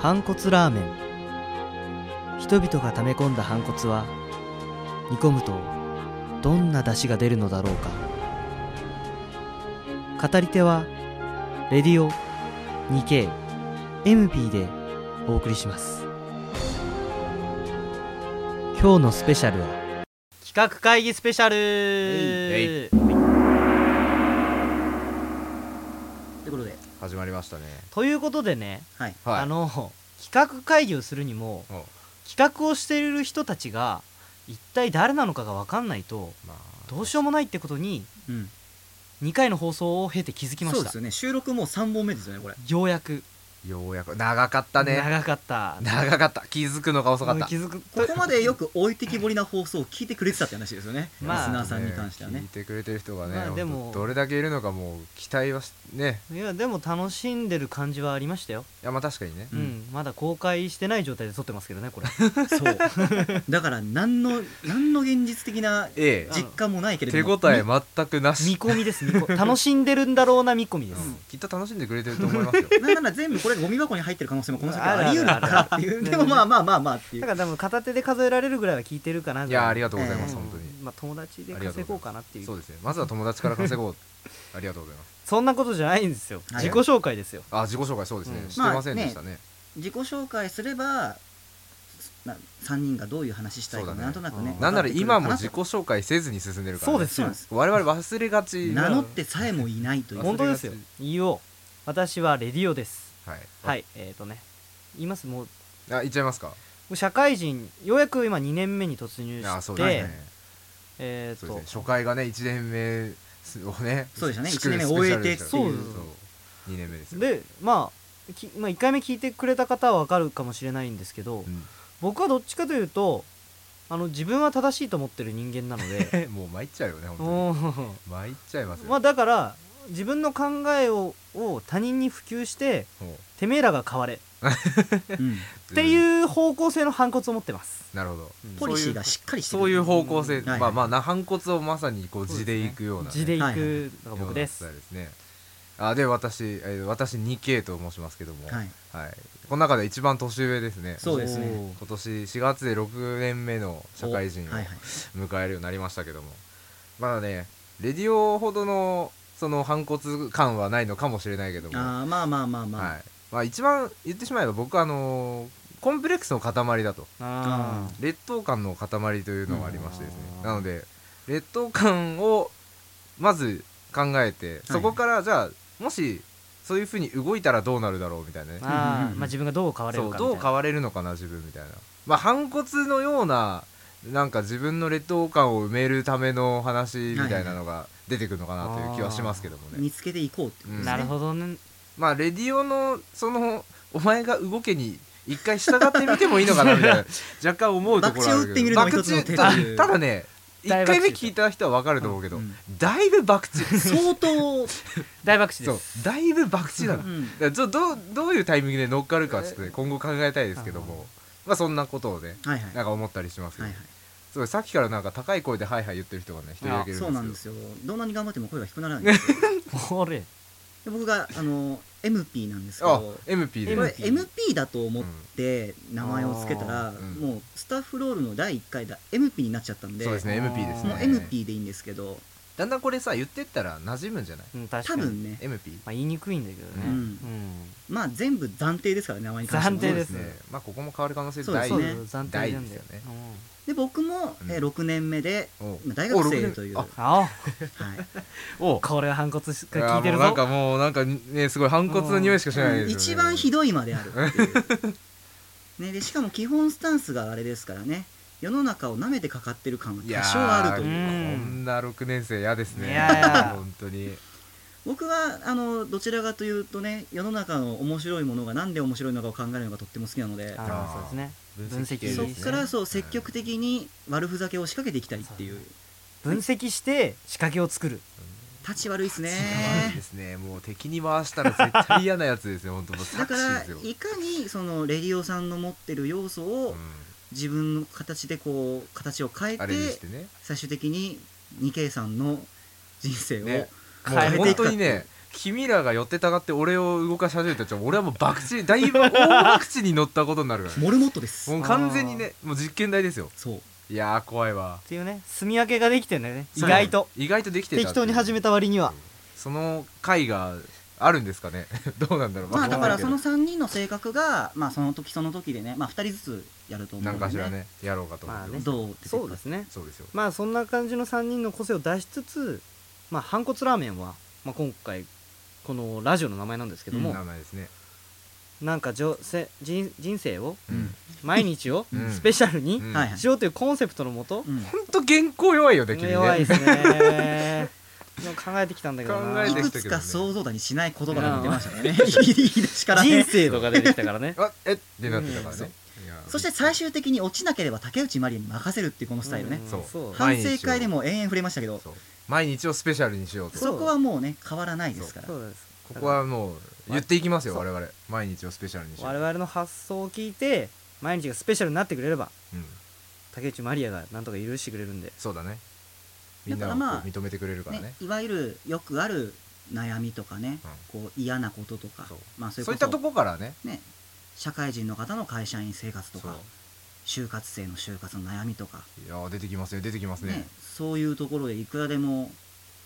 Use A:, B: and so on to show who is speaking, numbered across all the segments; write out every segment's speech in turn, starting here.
A: 反骨ラーメン人々が溜め込んだ反骨は煮込むとどんな出汁が出るのだろうか語り手はレディオ 2KMP でお送りします今日のスペシャルは企画会議スペシャル
B: えいえい
A: ということで
B: 始まりましたね
A: ということでね
C: はい。
B: はい
A: あの企画会議をするにも
B: お
A: 企画をしている人たちが一体誰なのかが分かんないと
B: まあ
A: どうしようもないってことに
C: うん。
A: 2回の放送を経て気づきま
C: そう
A: し
C: で
A: た
C: すよね。収録もう三本目ですよね、これ。
A: ようやく
B: ようやく長かったね
A: 長かった
B: 長かった気づくのが遅かった
A: 気づく
C: ここまでよく置いてきぼりな放送を聞いてくれてたって話ですよね。
A: まあ
C: リスナーさんに関しては
B: 聞
C: ね
B: い。てくれてる人がね、
A: まあでも
B: 本当どれだけいるのかもう期待はしね
A: いやでも楽しんでる感じはありましたよ、
B: いやまあ確かにね
A: う
C: うんん
A: まだ公開してない状態で撮ってますけどねこれ
C: そう。 だから、何の、何の現実的な
B: え
C: 実感もない
B: え
C: けれ
B: 手
C: ど
B: 応
C: も。
B: え全くな
A: 見
B: し、
A: 込みです見込み 楽しんでるんだろうな見込みです、
B: うんきっと楽しんでくれてると思 いますよ
C: なんなら全部これゴミ箱に入ってる可能性もこの先
A: ある
C: あり得るからってい
A: あるある
C: う。でもまあまあまあまあってい
A: だ
C: う
A: か。ら多分片手で数えられるぐらいは聞いてるかないい
B: やあり
A: が
B: がとうございます、
C: ええ
B: 本当に
A: まあ友達で稼ごうかなっていう
B: そうですねまずは友達から稼ごうありがとうございます
A: そんなことじゃないんですよ
C: はい
A: 自己紹介ですよ
B: あ自己紹介そうですね、
A: うん
B: してませんでしたね,、
C: 自己紹介すれば、な3人がどういう話したい
B: そ
C: か
B: うだね
C: なんとなくね
A: う。
B: なんなら今も
C: 分かっ
B: 自
C: て
B: 己
C: くるか
B: 紹介せずに進んでるから、
A: そ
B: ね、
A: うです
C: そうなんです
B: 我々忘れがち
C: なと。名乗ってさえもいないという。
A: 本当ですよ
B: 忘れ
A: 言いよう私はレディオです
B: はい、
A: はいえっ、ー、とね言いますもうも
B: あいっちゃいますか
A: う社会人ようやく今2年目に突入して
B: あそうですね
A: えっ、
B: そう
A: と
B: ですね初回がね1年目をね
C: そうでしたね
B: 祝
C: 一年目終えてっていう
B: スペシャルでした
A: そう
B: そう2年目ですよ、
A: でまあきまあ、1回目聞いてくれた方は分かるかもしれないんですけど、
B: うん
A: 僕はどっちかというとあの自分は正しいと思ってる人間なので
B: もう参っちゃうよね 本当に
A: おー
B: 参っちゃいますよ、
A: まあだから自分の考えをを他人に普及して
B: もう
A: てめえらが変われっ
C: うん
A: ていう方向性の反骨を持ってます、
B: なるほど
A: うん
C: ポリシーがしっかりしてる。
B: そういう方向性、
C: んはい
B: まあまあな反骨をまさにこう地でいくような、ね、
A: 地でい
C: はい
A: くのが僕です、
B: ようなスタイルですねあで私えー私 2K と申しますけども、
C: はい。
B: はい、この中で一番年上ですね
C: そうですね
B: おー今年4月で6年目の社会人を
C: はいはい
B: 迎えるようになりましたけどもまだねレディオほどのその反骨感はないのかもしれないけども、は
C: あーまあまあまあ
B: い
C: まあ、
B: まあ、一番言ってしまえば僕はあのーコンプレックスの塊だと
A: あー
B: 劣等感の塊というのがありましてですね
A: うん
B: なので劣等感をまず考えてそこからじゃあもしそういうふうに動いたらどうなるだろうみたいなね
A: あ
C: うんうん
A: ー
C: うん
A: まあ自分がどう変われる
B: そ
A: かみ
B: う
A: たいな
B: どう変われるのかな自分みたいなまあ反骨のようななんか自分の劣等感を埋めるための話みたいなのが出てくるのかなという気はしますけどもね、
C: 見つけていこうってことですね
A: なるほどね
B: まあレディオのそのお前が動けに一回従ってみてもいいのかなみたいな若干思うところはあるけど
C: 博打打ってみるのも一つの手と
B: 博打
C: いう
B: ただね一
A: 大
B: 回目
A: 博打
B: 聞いた人は分かると思うけど、
C: うん
B: だいぶ博打
C: 相当、
A: 大爆死で
B: そう
A: す
B: だいぶ博打なの
C: うん
B: だからちょどうどういうタイミングで乗っかるかちょっとね今後考えたいですけどもまあそんなことをね
C: はいはい
B: な
C: は
B: んか思ったりしますけ
C: い
B: ど、
C: はい
B: すごいさっきからなんか高い声でハイハイ言ってる人がね一人だけいるんですけど
C: そうなんですよどんなに頑張っても声が低くならないんですよ
A: 俺
C: で僕があの MP なんですけ
B: あ
C: ど
B: MP で
C: これ
B: ね
C: MP だと思って名前を付けたら、
B: ーうん
C: もうスタッフロールの第1回だ MP になっちゃったんで
B: そうですね MP ですね
C: もう MP でいいんですけど
B: だんだんこれさ言ってったら馴染むんじゃない
A: うん確か
C: 多
A: に
C: 分ね
B: MP
A: まあ言いにくいんだけどね
B: うん
C: まあ全部暫定ですからね名前に関しても
A: 暫定です
B: ねまあここも変わる可能性
C: そうで
B: 大
C: す
A: そう
C: ね
A: 暫定なんだよ
B: 大ですよね
A: うん
C: で僕も、え
B: うん
C: 6年目で
B: おう
C: 今大学生という、
B: お
C: は
B: う
A: あ
C: い
B: おう
A: これは反骨しか
B: や
A: 聞いてる
B: もうなん
A: ぞ
B: かもうなんかねすごい反骨の匂いしかしないですよね
C: 一番ひどいまであるっていうね、でしかも基本スタンスがあれですからね世の中を舐めてかかってる感は多少あると
B: い
C: いう
B: やー
A: うん
B: こんな6年生嫌ですね
A: いやいや
B: 本当に
C: 僕はあのどちらかというとね世の中の面白いものがなんで面白いのかを考えるのがとっても好きなので
A: あ
B: あ
A: の
B: ー
A: そうですね
B: 分
A: 析系です
C: そ
A: ね
C: っからそう積極的に悪ふざけを仕掛けていきたいっていう
A: 分析して仕掛けを作る
C: 立ち悪いっすね
B: い いですねもう敵に回したら絶対嫌なやつですね本当もう
C: だ
B: 作
C: か
B: 詞
C: ら
B: ですよ
C: いかにそのレディオさんの持ってる要素を
B: う
C: 自分の形でこう形を変え
B: んあれにしててね
C: 最終的に 2K さんの人生を、
B: ねもう
A: 変えてい
B: 本
A: く
B: 当にね君らが寄ってたがって俺を動かし始めたら俺はもう博打だいぶ大博打に乗ったことになるか らね
C: モルモットです
B: もう完全にねもう実験台ですよ
C: そう
B: いやー怖いわ
A: ていうね住み分けができてんだよね意
C: そう
A: 外と
B: 意外とできてたっていう
A: 適当に始めた割には
B: その回があるんですかね どうなんだろう
C: まあだから
B: わ
C: そ
B: んな
C: の
B: い
C: 3人の性格がまあその時その時でねまあ2人ずつやると
B: けど
C: 思
B: 何
C: うんで
B: かしらねやろうかと思
A: まあ
B: う
A: ね
B: けど
C: どう出てくるか
A: そうですね
B: そうですよ
A: まあそんな感じの3人の個性を出しつつまあ反骨ラーメンは、まあ、今回このラジオの名前なんですけども、
C: ん
B: 名前ですね
A: なんかじょせ人人生を
C: うん
A: 毎日を
B: うん
A: スペシャルに
B: うん
C: はいはい
A: しようというコンセプトのもと、
C: うん
B: ほんと原稿弱いよね君ね
A: 弱いですねでも考えてきたんだけど
B: 考
A: な
B: え
C: い
B: てきた
C: く
B: け
C: つ
B: どね
C: か想像だにしない言葉が出てましたね言 い出しから
A: 人
C: ね
A: 生とか出てきたから ね
B: あえってなってたから
A: うん
B: ねいや
C: そして最終的に落ちなければ竹内まりやに任せるっていうこのスタイルね
A: うん
B: そう
A: そう
C: 反省会でも永遠触れましたけど
B: そう毎日をスペシャルにしようと
A: そう
C: そこはもうね変わらないですから
A: そうです
B: ここはもう言っていきますよ
A: そう
B: 我々毎日をスペシャルにしよう
A: 我々の発想を聞いて毎日がスペシャルになってくれれば
B: うん
A: 竹内まりやがなんとか許してくれるんで
B: そうだねみ
C: だ
B: んな
C: から
B: をこ
C: まあ
B: う認めてくれるから
C: ね
B: ね、
C: いわゆるよくある悩みとかね、こう嫌なこととか
B: そう
C: まあそれ
B: そ
C: こ
B: うい
C: そ
B: ったとこからね
C: ね、社会人の方の会社員生活と
B: そう
C: か就活生の就活の悩みとか、
B: いやー出てきますね出てきます
C: ね
B: ね
C: そういうところでいくらでも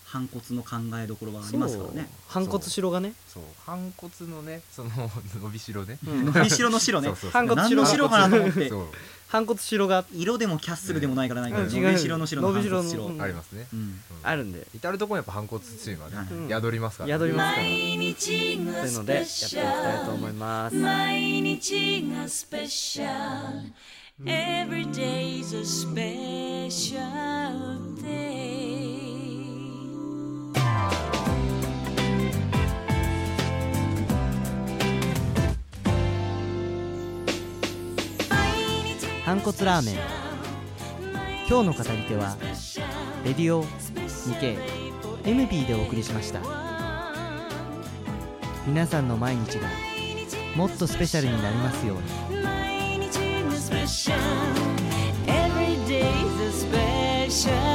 C: 反骨の考えどころはありますからね
A: 反骨白がね
B: そう反骨のねその 伸びしろね
A: うん
C: 伸びしろの白ね
B: そうそうそう
A: 反骨
C: 何
A: 白
C: の
A: が
C: 白かなと思って
B: そう
A: 反骨白が
C: 色でもキャッスルでもないからないけど、
B: うん
A: 違う
C: 伸びしろの白の
A: 伸
C: 反
A: びしろの
C: 骨
A: う
C: 白、
A: ん
B: ありますね
C: うん
B: うん
A: あるんで
B: 至る所やっぱ反骨チームはね
C: はい
A: うん
B: 宿りますから
A: 宿りますから
D: 毎日
A: と
D: が
A: いう
D: ス
A: のでやっ
D: ペ
A: ていき
D: シ
A: たいと
D: ャ
A: 思い
D: ル
A: ます
D: 毎日がスペシャル Every day's a special day
A: 反骨ラーメン今日の語り手はレディオ 2KMB でお送りしました皆さんの毎日がもっとスペシャルになりますように
D: 毎日がスペシャル Every day's a special